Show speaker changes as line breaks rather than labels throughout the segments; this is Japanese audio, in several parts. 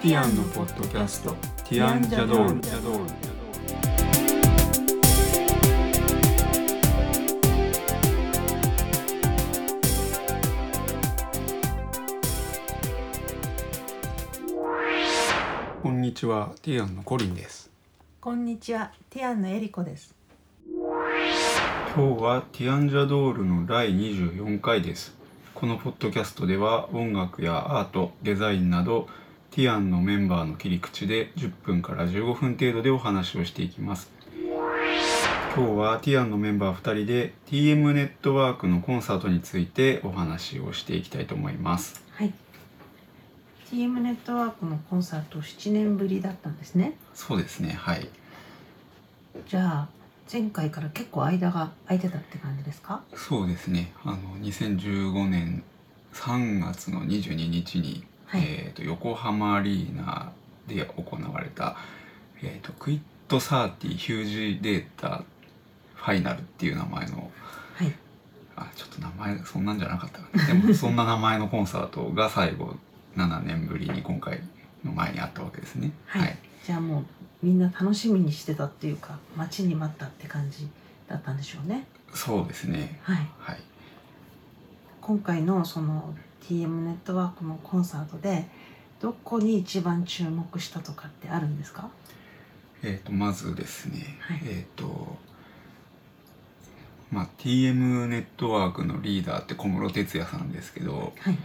ッドキャスト「ティアンジャドール」こんにちはティアンのコリンです
こんにちは、ティアンのエリコです。
今日はティアンジャドールの第24回ですこのポッドキャストでは音楽やアートデザインなどティアンのメンバーの切り口で10分から15分程度でお話をしていきます今日はティアンのメンバー2人で TM ネットワークのコンサートについてお話をしていきたいと思います
はい。TM ネットワークのコンサート7年ぶりだったんですね。
そうですねはい
じゃあ前回から結構間が空いてたって感じですか？
そうですねあの2015年3月の22日に
はい。
えー、と横浜アリーナで行われた、えー、とクイットサーティヒュージデータファイナルっていう名前の
はい。
あちょっと名前そんなんじゃなかったか なでもそんな名前のコンサートが最後7年ぶりに今回の前にあったわけですね。
はい。じゃあもうみんな楽しみにしてたっていうか、待ちに待ったって感じだったんでしょうね。
そうですね、
はい。
はい、
今回のその TM ネットワークのコンサートでどこに一番注目したとかってあるんですか？
えー、とまずですね、
はい
えっ、とまあ TM ネットワークのリーダーって小室哲哉さんですけど、
はい。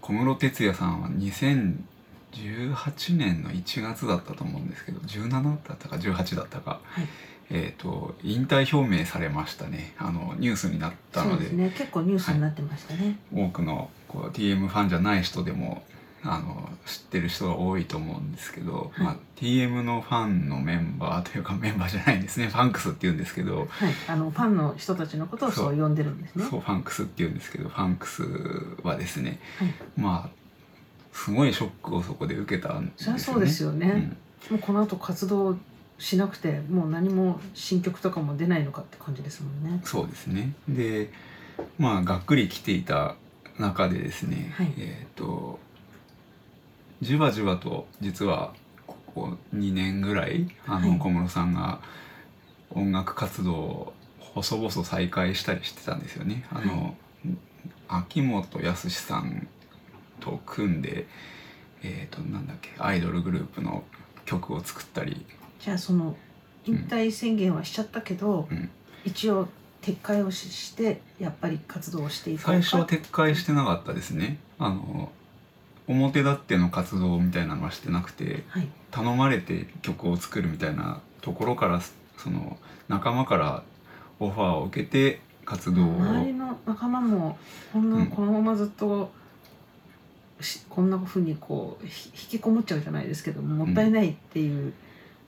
小室哲哉さんは2018年の1月だったと思うんですけど17だったか18だったか、
はい
えー、と引退表明されましたねあのニュースになった
そう
の
で
です
ね。結構ニュースになってましたね。
多くのこう TM ファンじゃない人でもあの知ってる人が多いと思うんですけど、
はい
まあ、TM のファンのメンバーというか メンバーじゃないんですねファンクスっていうんですけど、
はい、あのファンの人たちのことをそう呼んでるんですね。
そうファンクスっていうんですけどファンクスはですね、
はい
まあすごいショックをそこで受けたんです
そ
よ
りゃ
ね。
そうですよね。
うん
もうこの後活動しなくて、もう何も新曲とかも出ないのかって感じですもんね。
そうですねでまあがっくり来ていた中でですね、
はい
えっ、とじわじわと実はここ2年ぐらいあの
はい
小室さんが音楽活動を細々再開したりしてたんですよね。あの、秋元康さんと組んで、えっ、となんだっけアイドルグループの曲を作ったり、
じゃあその引退宣言はしちゃったけど、
うん
一応撤回をししてやっぱり活動をしていた
最
の
初は
か。
撤回してなかったですねあの表立っての活動みたいなのはしてなくて
はい。
頼まれて曲を作るみたいなところからその仲間からオファーを受けて活動を
周りの仲間もこんな、
うん
このままずっとしこんなふうにこうひ引きこもっちゃうじゃないですけどもったいないっていう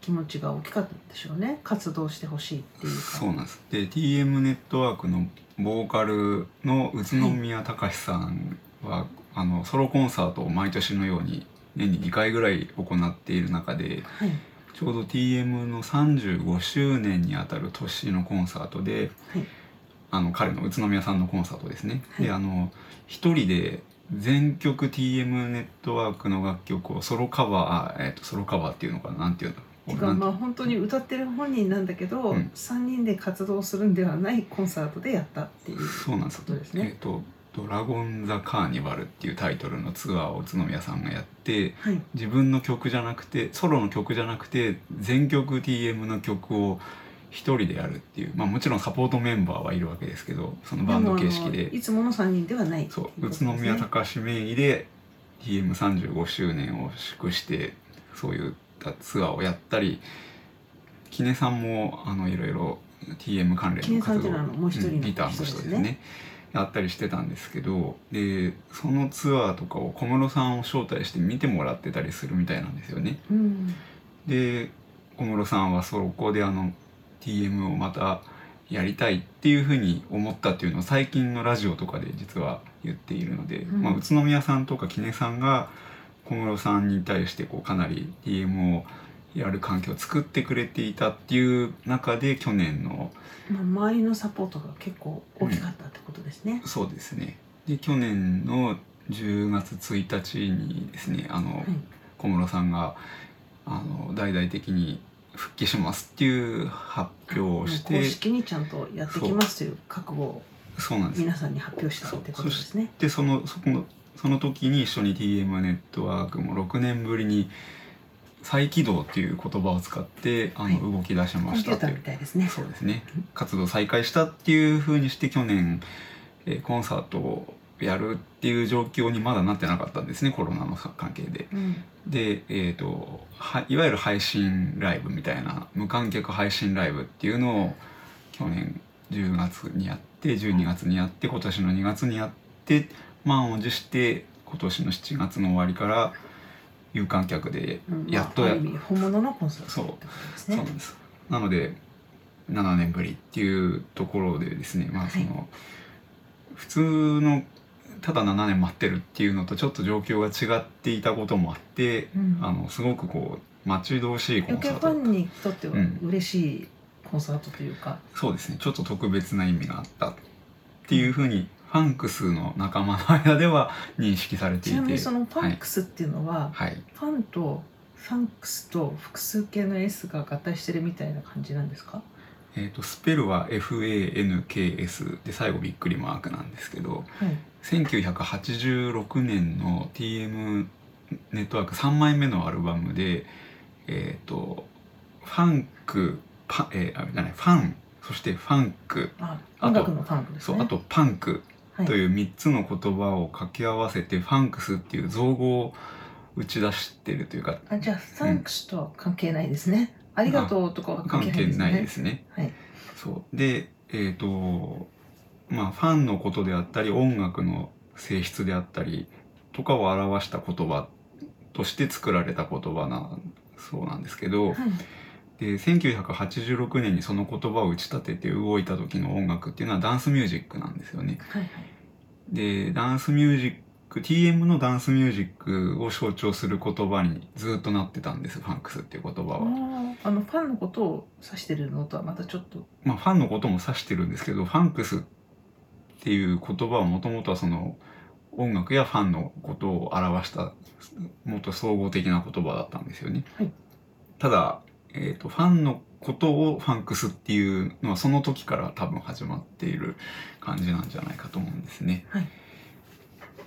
気持ちが大きかったんでしょうね活動してほしいっていうか
そうなんですで TM ネットワークのボーカルの宇都宮隆さんは、あのソロコンサートを毎年のように年に2回ぐらい行っている中で
はい
ちょうど TM の35周年にあたる年のコンサートで、
はい
あの彼の宇都宮さんのコンサートですね、
はい
であの一人で全曲 TM ネットワークの楽曲をソロカバー、あえっとソロカバーっていうのかななんていうの
て
な
か
んて
まあ本当に歌ってる本人なんだけど、
うん
3人で活動するんではないコンサートでやったっていう
そうなんです
ことですね
えっ、と「ドラゴン・ザ・カーニバル」っていうタイトルのツアーを宇都宮さんがやって
はい
自分の曲じゃなくてソロの曲じゃなくて全曲 TM の曲を一人でやるっていうまあもちろんサポートメンバーはいるわけですけどそのバンド形式
もあの
で
いつもの3人ではないってい
そう
こ
宇
とですね
都宮隆名義で TM35 周年を祝してそういったツアーをやったりキネさんもあのいろいろ TM 関連の活動
キネさんっていうのはもう一人の
んギターの人ですねやったりしてたんですけどでそのツアーとかを小室さんを招待して見てもらってたりするみたいなんですよね。
うん
で小室さんはそこであの TM をまたやりたいっていうふうに思ったっていうのを最近のラジオとかで実は言っているので、
うん
まあ、宇都宮さんとか杵根さんが小室さんに対してこうかなり TM をやる環境を作ってくれていたっていう中で去年の
まあ、周りのサポートが結構大きかったってことですね、
そうですねで去年の10月1日にですねあの、
はい
小室さんがあの大々的に復帰しますっていう発表をし
もう
て
公式にちゃんとやってきますという覚悟を
そうなんです
皆さんに発表したってことですね。
でそのそこのその時に一緒に TM ネットワークも6年ぶりに再起動っていう言葉を使ってあの動き出し
コ
ま
ン
し
ピ
た
ュー
って
タ
い
ー
う
みたいですね。
そうですね活動再開したっていうふうにして去年、えーコンサートをやるっていう状況にまだなってなかったんですねコロナの関係で。
うん、
で、えー、とはいわゆる配信ライブみたいな無観客配信ライブっていうのを去年10月にやって12月にやって今年の2月にやって満を持して今年の7月の終わりから有観客で
うん
やっとや
まあある意味本物のコンサートってことです
そうな
ね。
んです。なので7年ぶりっていうところでですね、ま
は
あ
い
その、普通のただ7年待ってるっていうのとちょっと状況が違っていたこともあって、
うん
あのすごくこう待ち遠しいコン
余
サー
計ファ
ト
ンにとっては
うん
嬉しいコンサートというか、
そうですねちょっと特別な意味があったっていうふうにファンクスの仲間の間では認識されてい
ちなみ
て
にそのファンクスっていうのは、
はい
ファンとファンクスと複数形の S が合体してるみたいな感じなんですか
えー、とスペルは FANKS で最後びっくりマークなんですけど
はい、
1986年の TM ネットワーク3枚目のアルバムで、えー、とファンクパ、えーあじゃないファンそしてファンク
あ
あと
音楽のファンクです
そ
ね
うあとパンク
はい
という3つの言葉を掛け合わせてファンクスっていう造語を打ち出してるというか
あじゃあファンクスとは関係ないですね、ありがとうとかは関係
関
ない
係
ですね
ないですね。
はい
そうでえっ、とまあファンのことであったり音楽の性質であったりとかを表した言葉として作られた言葉なそうなんですけど、
はい
で1986年にその言葉を打ち立てて動いた時の音楽っていうのはダンスミュージックなんですよね。
はいはい
でダンスミュージック TM のダンスミュージックを象徴する言葉にずっとなってたんですファンクスっていう言葉は、
あーあのファンのことを指してるのとはまたちょっと
まあ、ファンのことも指してるんですけどファンクスっていう言葉はもともとはその音楽やファンのことを表したもっと総合的な言葉だったんですよね、
はい
ただ、えー、とファンのことをファンクスっていうのはその時から多分始まっている感じなんじゃないかと思うんですね、
はい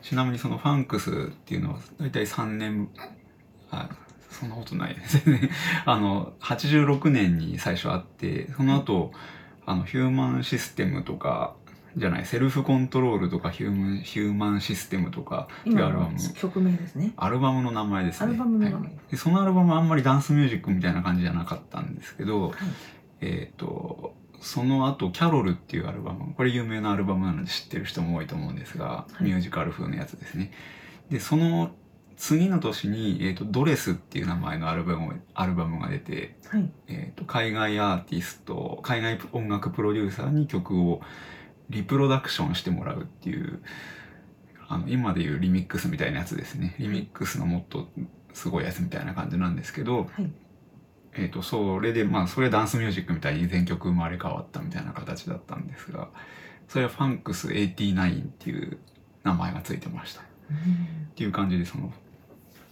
ちなみにそのファンクスっていうのは大体3年あそんなことないですね あの86年に最初あってその後あのヒューマンシステムとかじゃないセルフコントロールとかヒューマンヒューマンシステムとかっていう
今
アルバ
の
ム
曲名ですね
アルバムの名前ですね
アルバムの名
はい
前、
でそのアルバムはあんまりダンスミュージックみたいな感じじゃなかったんですけど、
はい
えっ、とその後キャロルっていうアルバムこれ有名なアルバムなので知ってる人も多いと思うんですが、
い
ミュージカル風のやつですねでその次の年に、えーと「ドレス」っていう名前のアルバムアルバムが出て、
はい
えー、と海外アーティスト海外音楽プロデューサーに曲をリプロダクションしてもらうっていうあの今でいうリミックスみたいなやつですねリミックスのもっとすごいやつみたいな感じなんですけど、
はい
えー、とそれでまあそれはダンスミュージックみたいに全曲生まれ変わったみたいな形だったんですがそれはファンクス89っていう名前がついてました。
うん
っていう感じでその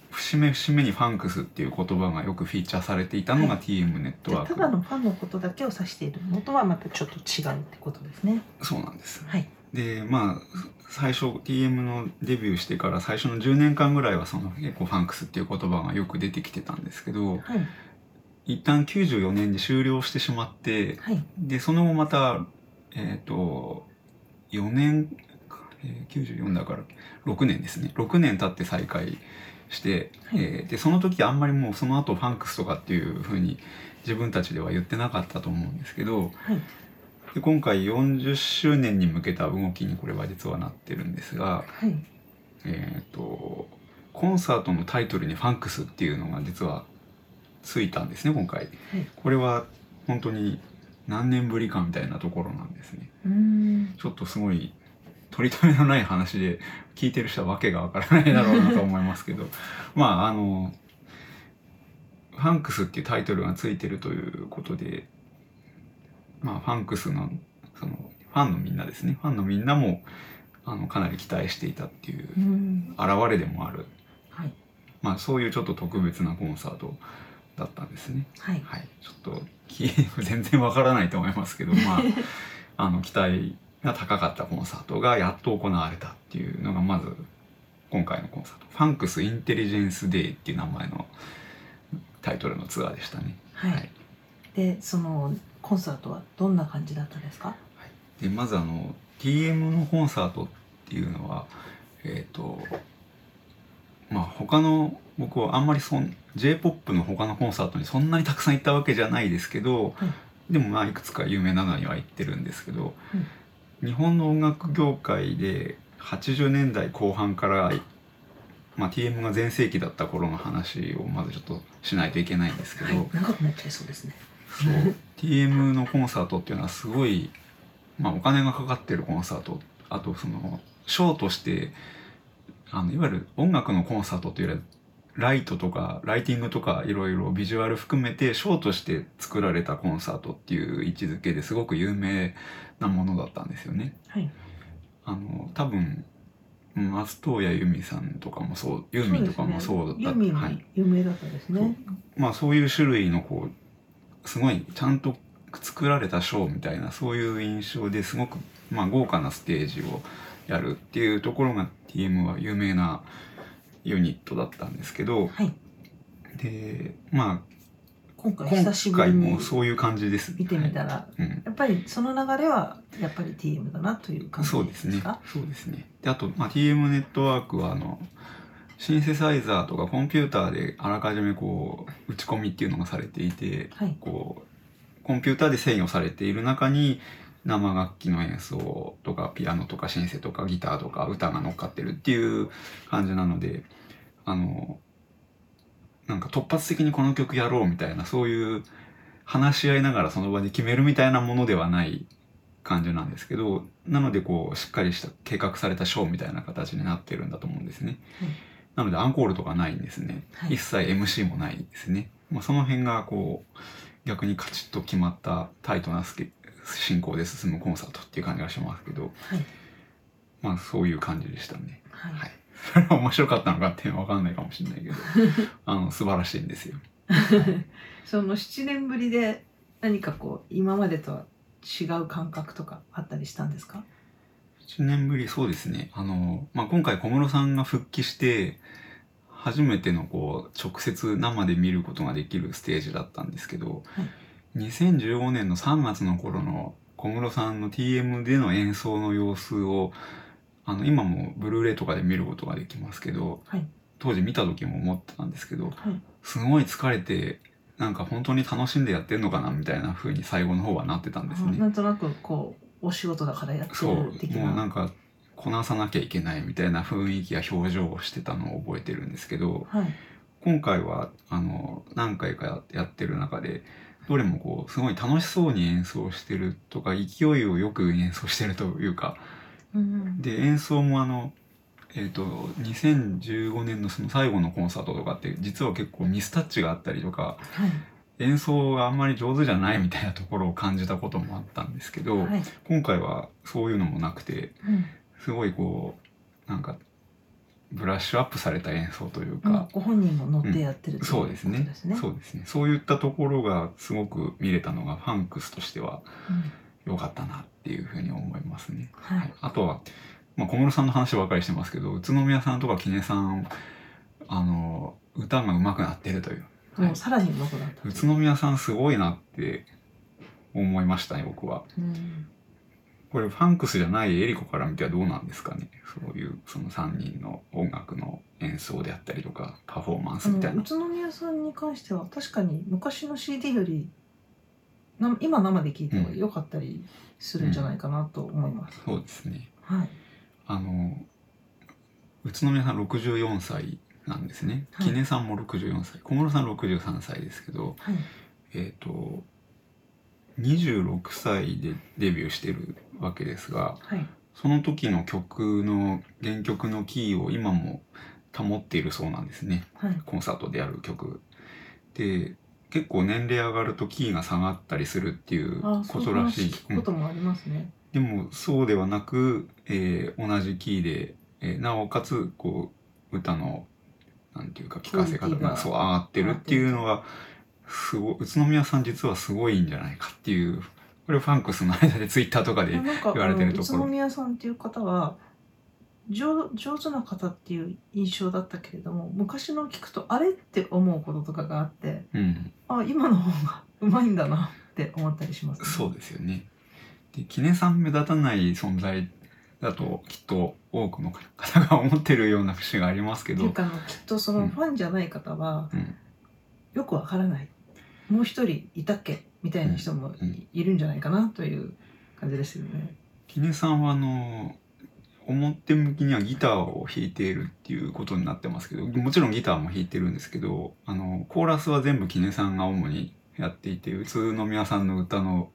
節目節目にファンクスっていう言葉がよくフィーチャーされていたのが TM ネット
じゃ
ワ
あ
ー
た
ク、
だのファンのことだけを指しているのとはまたちょっと違うってことですね
そうなんです
はい
でまあ最初 TM のデビューしてから最初の10年間ぐらいはその結構ファンクスっていう言葉がよく出てきてたんですけど
はい
一旦94年で終了してしまって
はい
でその後またえっ、と4年、えー94だから6年ですね6年経って再開して、
はい
えーでその時あんまりもうその後ファンクスとかっていう風に自分たちでは言ってなかったと思うんですけど
はい
で今回40周年に向けた動きにこれは実はなってるんですが、
はい
えー、とコンサートのタイトルに「ファンクス」っていうのが実はついたんですね今回、これは本当に何年ぶりかみたいなところなんですね
うーん
ちょっとすごい取り留めのない話で聞いてる人はわけがわからないだろうなと思いますけど まああの「ファンクス」っていうタイトルがついてるということでまあファンクスのそのファンのみんなですねファンのみんなもあのかなり期待していたっていう
うん
現れでもある
はい
まあ、そういうちょっと特別なコンサートだったんですね。
はい。
はい、ちょっとき全然わからないと思いますけど、まあ、 あの期待が高かったコンサートがやっと行われたっていうのがまず今回のコンサート「ファンクス・インテリジェンス・デイ」っていう名前のタイトルのツアーでしたね。
はい。
はい
で、そのコンサートはどんな感じだったんですか。
でまずあの TM のコンサートっていうのはえっ、とまあ他の僕はあんまりそん j p o p の他のコンサートにそんなにたくさん行ったわけじゃないですけど、
はい
でもまあいくつか有名なのには行ってるんですけど、
うん
日本の音楽業界で80年代後半から、まあ、TM が全盛期だった頃の話をまずちょっとしないといけないんですけど、
はい。長くなっちゃいそうですね。
そう TM のコンサートっていうのはすごい、まあ、お金がかかってるコンサートあとそのショーとしてあのいわゆる音楽のコンサートっていうよりはライトとかライティングとかいろいろビジュアル含めてショーとして作られたコンサートっていう位置づけですごく有名なものだったんですよね。
はい。
あの多分うん松任谷由実さんとかもそうユーミンとかもそうだった、
ユーミンも
はい、
有名だったんですね。
まあそういう種類のこうすごいちゃんと作られたショーみたいなそういう印象ですごく、まあ、豪華なステージをやるっていうところが TM は有名なユニットだったんですけど
はい。
でまあ
今回
今
久しぶ
回
りに
もそういう感じです。
見てみた
はい
ら、
うん
やっぱりその流れはやっぱり TM だなという感じ
そう
で
ですね
すか。。
そうですね。であと、まあ、TM ネットワークはあのシンセサイザーとかコンピューターであらかじめこう打ち込みっていうのがされていて、
はい。
こうコンピューターで制御されている中に生楽器の演奏とかピアノとかシンセとかギターとか歌が乗っかってるっていう感じなのであのなんか突発的にこの曲やろうみたいなそういう話し合いながらその場で決めるみたいなものではない感じなんですけどなのでこうしっかりした計画されたショーみたいな形になってるんだと思うんですね。
はい
なのでアンコールとかないんですね。
はい
一。切 MC もないですね、まあ、その辺がこう逆にカチッと決まったタイトなスケ進行で進むコンサートっていう感じがしますけど
はい。
まあそういう感じでしたね
はい。
はいそれは面白かったのかっていうのは分かんないかもしれない けどあの素晴らしいんですよ
その7年ぶりで何かこう今までとは違う感覚とかあったりしたんですか
1年ぶりそうですねあの、まあ、今回小室さんが復帰して初めてのこう直接生で見ることができるステージだったんですけど、
は
2015年の3月の頃の小室さんの TM での演奏の様子をあの今もブルーレイとかで見ることができますけど、
はい
当時見た時も思ってたんですけど
はい
すごい疲れてなんか本当に楽しんでやってんのかなみたいな風に最後の方はなってたんですね。
なんとなくこうお仕事だからやって
そう
る的
もうな
なん
かこなさなきゃいけないみたいな雰囲気や表情をしてたのを覚えてるんですけど
はい
今回はあの何回かやってる中でどれもこうすごい楽しそうに演奏してるとか勢いをよく演奏してるというか
うん
で演奏もあのえー、と2015年のその最後のコンサートとかって実は結構ミスタッチがあったりとか
はい
演奏があんまり上手じゃないみたいなところを感じたこともあったんですけど、
はい
今回はそういうのもなくて
うん
すごいこうなんかブラッシュアップされた演奏という
まあ
か、
ご本人も乗ってやってるという
そ
こ
う
と
で
ですす
ね
ね
そうですねそういったところがすごく見れたのがファンクスとしては
うん
良かったなっていうふうに思いますね、
は
はいい、あとは、まあ、小室さんの話ばかりしてますけど宇都宮さんとか杵さんあの歌が上手くなってるという、はい
もうさらに上手くなった
宇都宮さんすごいなって思いましたね僕は
うん
これファンクスじゃないエリコから見てはどうなんですかねそういうその3人の音楽の演奏であったりとかパフォーマンス
あの
みたいな
宇都宮さんに関しては確かに昔の CD よりな今生で聴いても良かったりするんじゃないかなと思います、
そうですね
はい
あの宇都宮さん64歳なんですね
はい
杵、さんも64歳小室さん63歳ですけど
はい
えっ、と26歳でデビューしてるわけですが
はい
その時の曲の原曲のキーを今も保っているそうなんですね
はい
コンサートでやる曲で結構年齢上がるとキーが下がったりするっていう
あ
こ
そうい
と
う
らしい
話聞くこともありますね。
うんでもそうではなく、えー同じキーで、えーなおかつこう歌のなんていうか聞かせ
クオ
方
リティが
がそう上がってるっていうのがすごい宇都宮さん実はすごいんじゃないかっていうこれファンクスの間でツイッターとかで
なんか
言われてる
あの
と
宇
ころ
都宮さんっていう方は上上手な方っていう印象だったけれども昔の聞くとあれって思うこととかがあって
うん、
あ今の方がうまいんだなって思ったりします、
そうですよね。でキネさん目立たない存在だときっと多くの方が思ってるような節がありますけ
っていう
ど、
かあのきっとそうの
ん
ファンじゃない方は、
うん
よくわからないもう一人いたっけみたいな人も
うんうん
いるんじゃないかなという感じですよね。
キネさんはあの表向きにはギターを弾いているっていうことになってますけどもちろんギターも弾いてるんですけどあのコーラスは全部キネさんが主にやっていて宇都宮さんの歌の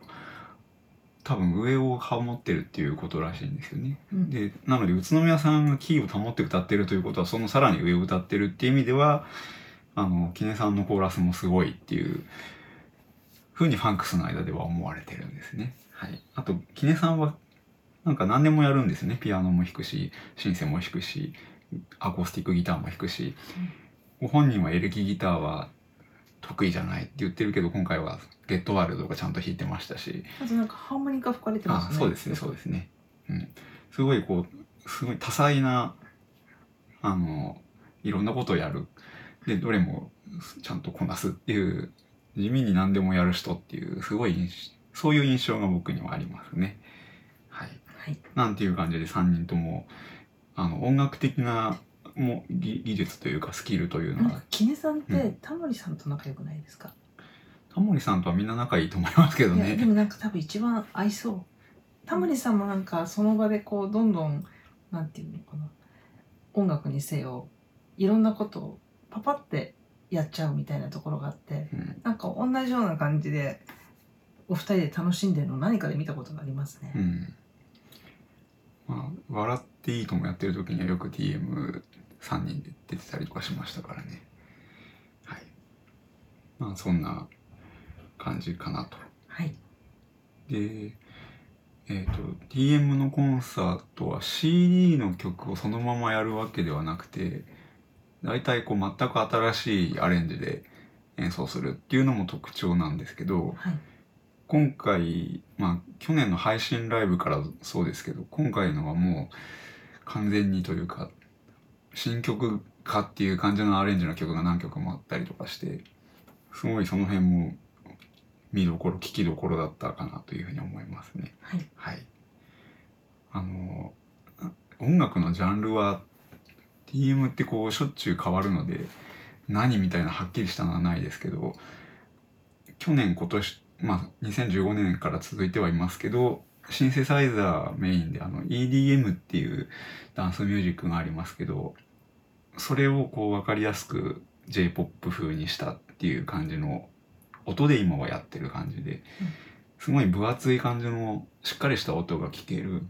多分上をハモってるっていうことらしいんですよね。
うん
でなので宇都宮さんがキーを保って歌ってるということはそのさらに上を歌ってるっていう意味ではあのキネさんのコーラスもすごいっていうふうにファンクスの間では思われてるんですね。はい、あとキネさんはなんか何でもやるんですねピアノも弾くしシンセも弾くしアコースティックギターも弾くし、ご本人はエレキギターは得意じゃないって言ってるけど今回は「ゲットワールド」がちゃんと弾いてましたし。
あとなんかハーモニカ吹かれてます
あ
ね。
そうですねそうですねうんすごいこうすごい多彩なあのいろんなことをやるでどれもちゃんとこなすっていう地味に何でもやる人っていうすごい印そういう印象が僕にはありますねはい
はい。
なんていう感じで3人ともあの音楽的なもう技技術というかスキルという
な
の
ん
は
かキネさんっ
う
てタモリさんと仲良くないですか。
タモリさんとはみんな仲いいと思いますけど
いやで
ね
もなんか多分一番合いそうタモリさんもなんかその場でこうどんどんなんていうのかな音楽にせよいろんなことをパパってやっちゃうみたいなところがあって
うん、
なんか同じような感じでお二人で楽しんでるの何かで見たことがありますね、
うんまあ「笑っていいとも」やってる時にはよく TM3 人で出てたりとかしましたからねはいまあそんな感じかなと
はい
でえっ、と TM のコンサートは CD の曲をそのままやるわけではなくて大体こう全く新しいアレンジで演奏するっていうのも特徴なんですけど、
はい
今回まあ去年の配信ライブからそうですけど今回のはもう完全にというか新曲かっていう感じのアレンジの曲が何曲もあったりとかしてすごいその辺も見どころ聞きどころだったかなというふうに思いますね。
はい
はい、あの音楽のジャンルは TM ってこうしょっちゅう変わるので何みたいなはっきりしたのはないですけど去年今年まあ2015年から続いてはいますけどシンセサイザーメインであの EDM っていうダンスミュージックがありますけどそれをこう分かりやすく J-POP 風にしたっていう感じの音で今はやってる感じで
うん
すごい分厚い感じのしっかりした音が聞ける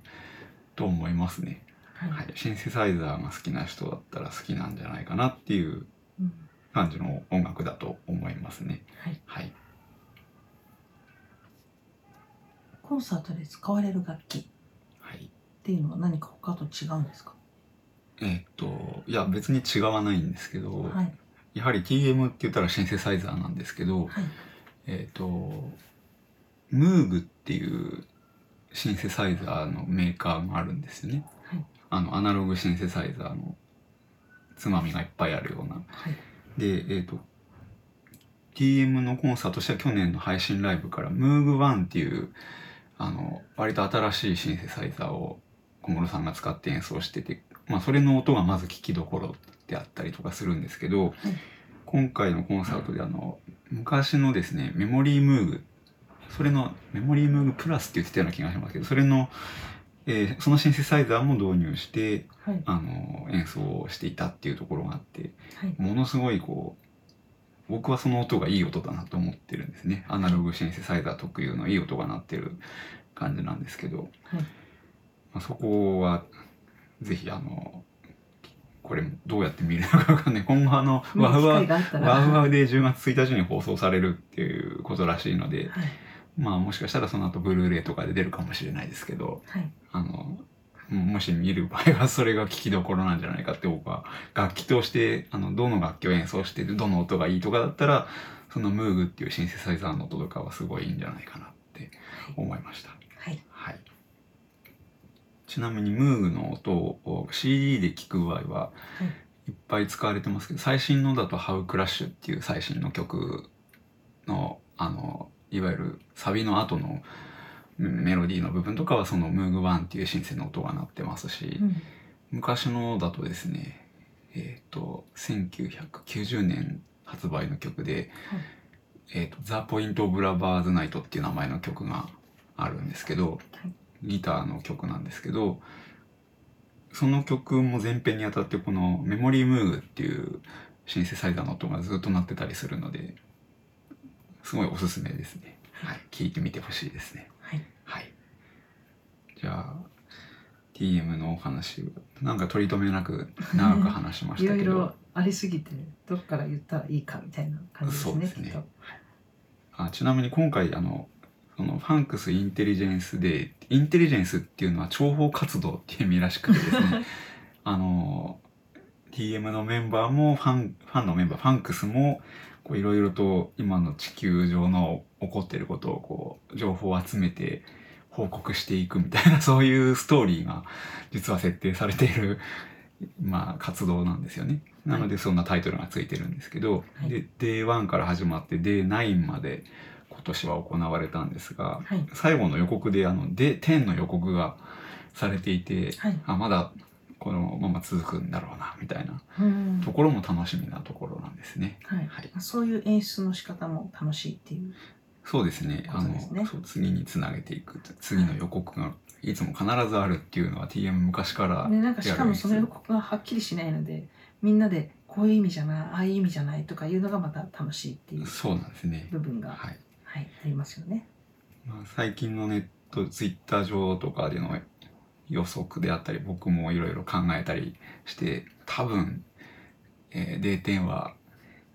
と思いますね。
はい、
はい、シンセサイザーが好きな人だったら好きなんじゃないかなっていう
うん
感じの音楽だと思いますね。
はい、
はい、
コンサートで使われる楽器っ
はい、
ていうのは何か他と違うんですか
えーっといや別に違わないんですけど、
はい
やはり TM って言ったらシンセサイザーなんですけど、
はい
えっ、と、ムーグっていうシンセサイザーのメーカーがあるんですよね。
はい
あの、アナログシンセサイザーのつまみがいっぱいあるような。
はい
で、えっ、と、TM のコンサートとしては去年の配信ライブから、ムーグ1っていう、あの、割と新しいシンセサイザーを小室さんが使って演奏してて、まあ、それの音がまず聞きどころであったりとかするんですけど、今回のコンサートであの、昔のですね、メモリームーグ、それの、メモリームーグプラスって言ってたような気がしますけど、それの、えーそのシンセサイザーも導入して、
はい
あの、演奏をしていたっていうところがあって、
はい
ものすごいこう僕はその音がいい音だなと思ってるんですねアナログシンセサイザー特有のいい音が鳴ってる感じなんですけど、
はい
まあ、そこはぜひあのこれどうやって見れるのかわかんない今後あの
もう
ワウワウ
機会があったら
ワウワ
は
ウで10月1日に放送されるっていうことらしいの
い
でまあもしかしたらその後ブルーレイとかで出るかもしれないですけど
はい
あのうんもし見る場合はそれが聞きどころなんじゃないかって僕は楽器としてあのどの楽器を演奏してどの音がいいとかだったらそのムーグっていうシンセサイザーの音とかはすごいいいんじゃないかなって思いました。
はい
はい、ちなみにムーグの音を CD で聴く場合は
はい
いっぱい使われてますけど最新のだと「ハウクラッシュ」っていう最新の曲のあのいわゆるサビの後のうんメロディーの部分とかはそのムーグワンっていうシンセの音が鳴ってますし、
うん
昔のだとですねえっ、と1990年発売の曲で
はい
「えーとザ・ポイント・オブ・ラバーズ・ナイト」っていう名前の曲があるんですけど、
はい
ギターの曲なんですけどその曲も前編にあたってこの「メモリー・ムーグ」っていうシンセサイザーの音がずっと鳴ってたりするのですごいおすすめですね。はい、聞いてみてほしいですね。
はい
はい。じゃあ TM のお話なんか取り留めなく長く話しま
い
した
ろ
け
い
ど
ろありすぎてどっから言ったらいいかみたいな感じです
そう
ね
ですね
きっと
あちなみに今回あのそのファンクスインテリジェンスでインテリジェンスっていうのは諜報活動っていう意味らしくてですね あの TM のメンバーもファンファンのメンバーファンクスもこういろいろと今の地球上の起こっていることをこう情報を集めて報告していくみたいな そういうストーリーが実は設定されている、まあ、活動なんですよね。なのでそんなタイトルがついてるんですけど、
はい
で Day1 から始まって Day9 まで今年は行われたんですが
はい
最後の予告であの Day10 の予告がされていて
はい
あまだこのまま続くんだろうなみたいな
うん
ところも楽しみなところなんですね。
はい
はい
そういう演出の仕方も楽しいっていう
そうですね。あ
そう
の
ですね
そう次につなげていく次の予告がいつも必ずあるっていうのは TM 昔から
でなんかしかもその予
る
告がはっきりしないのでみんなでこういう意味じゃないああいう意味じゃないとかいうのがまた楽しいっていう
そうなんですね。
部分が、はい
はい。
ありますよね。
まあ、最近のネットツイッター上とかでの予測であったり僕もいろいろ考えたりして多分、えー、0点は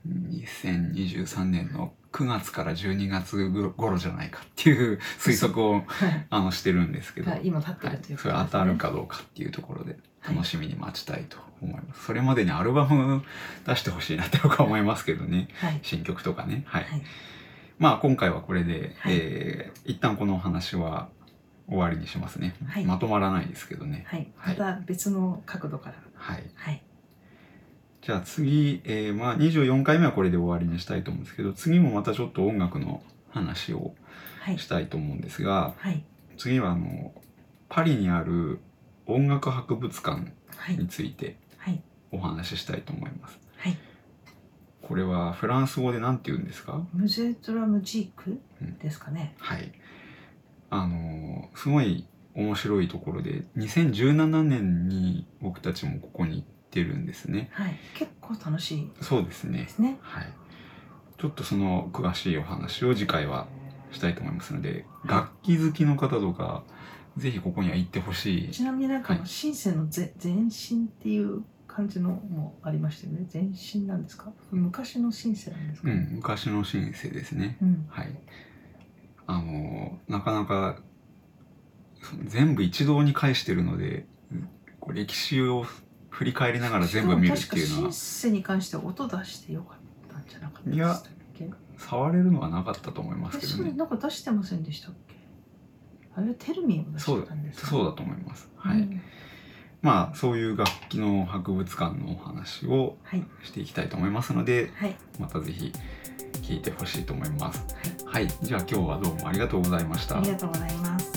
2023年の9月から12月頃じゃないかっていう推測を
はい
あのしてるんですけど、
が今立って
は
る
い
という
そ
こ
れ
とですね
当たるかどうかっていうところで
はい
楽しみに待ちたいと思います、それまでにアルバム出してほしいなって僕は思いますけどね
はい
新曲とかねはい、
はい
まあ今回はこれで、
はい
えー一旦このお話は終わりにしますね、
はい
まとまらないですけどね
はい
は
ま
い
た別の角度から
はい
はい
じゃあ次、えーまあ24回目はこれで終わりにしたいと思うんですけど次もまたちょっと音楽の話を
はい
したいと思うんですが
はい
次はあのパリにある音楽博物館
はい
について
はい
お話ししたいと思います。
はい
これはフランス語で何て言うんですか
ムゼトラムジーク
うん
ですかね。
はい。あのーすごい面白いところで、2017年に僕たちもここに行ってるんですね。
はい結構楽しい
そうですね
で。すね。
はい。ちょっとその詳しいお話を次回はしたいと思いますので、楽器好きの方とか、ぜひここには行ってほしい。
ちなみになんかあの
は
シンセのぜ前身っていう感じのもありましたよね。前身なんですか？昔のシンセなんですか？
うん、昔のシンセですね。
うん
はい。あのーなかなかその全部一堂に会してるので、こう歴史を振り返りながら全部見るっていうの
確かシ
は
ンセに関しては音出してよかったんじゃなかったで
いや
したっけ
触れるのはなかったと思います
え
け
そ
ど
れ
ね。
なんか出してませんでしたっけあれはテルミンを出してたんですか
そう
う
だと思います。はい。
ん
まあそういう楽器の博物館のお話を
はい
していきたいと思いますので、
はい
またぜひ聞いてほしいと思います。はい、じゃあ今日はどうもありがとうございました。
ありがとうございます